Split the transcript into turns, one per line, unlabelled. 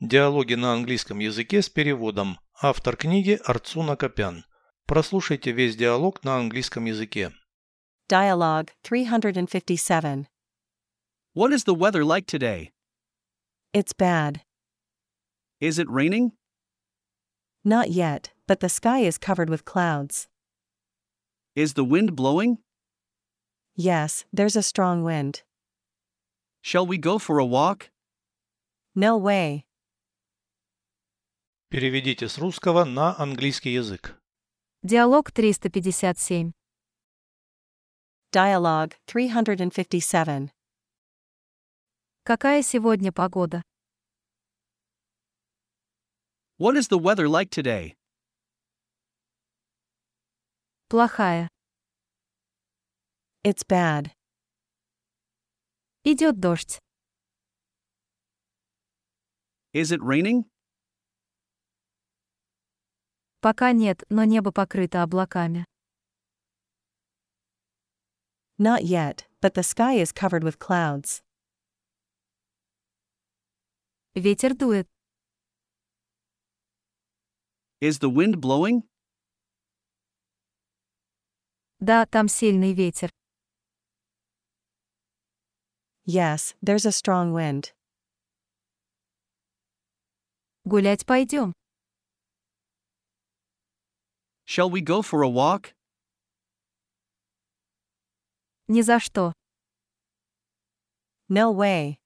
Диалоги на английском языке с переводом. Автор книги Арцуна Копян. Прослушайте весь диалог на английском языке.
Dialogue 357.
What is the weather like today?
It's bad.
Is it raining?
Not yet, but the sky is covered with clouds.
Is the wind blowing?
Yes, there's a strong wind.
Shall we go for a walk?
No way.
Переведите с русского на английский язык.
Диалог 357.
Dialogue 357.
Какая сегодня погода?
What is the weather like today?
Плохая.
It's bad.
Идет дождь.
Is it raining?
Пока нет, но небо покрыто облаками.
Not yet, but the sky is covered with clouds.
Ветер дует.
Is the wind blowing?
Да, там сильный ветер.
Yes, there's a strong wind.
Гулять пойдем.
Shall we go for a walk?
Ни за что.
No way.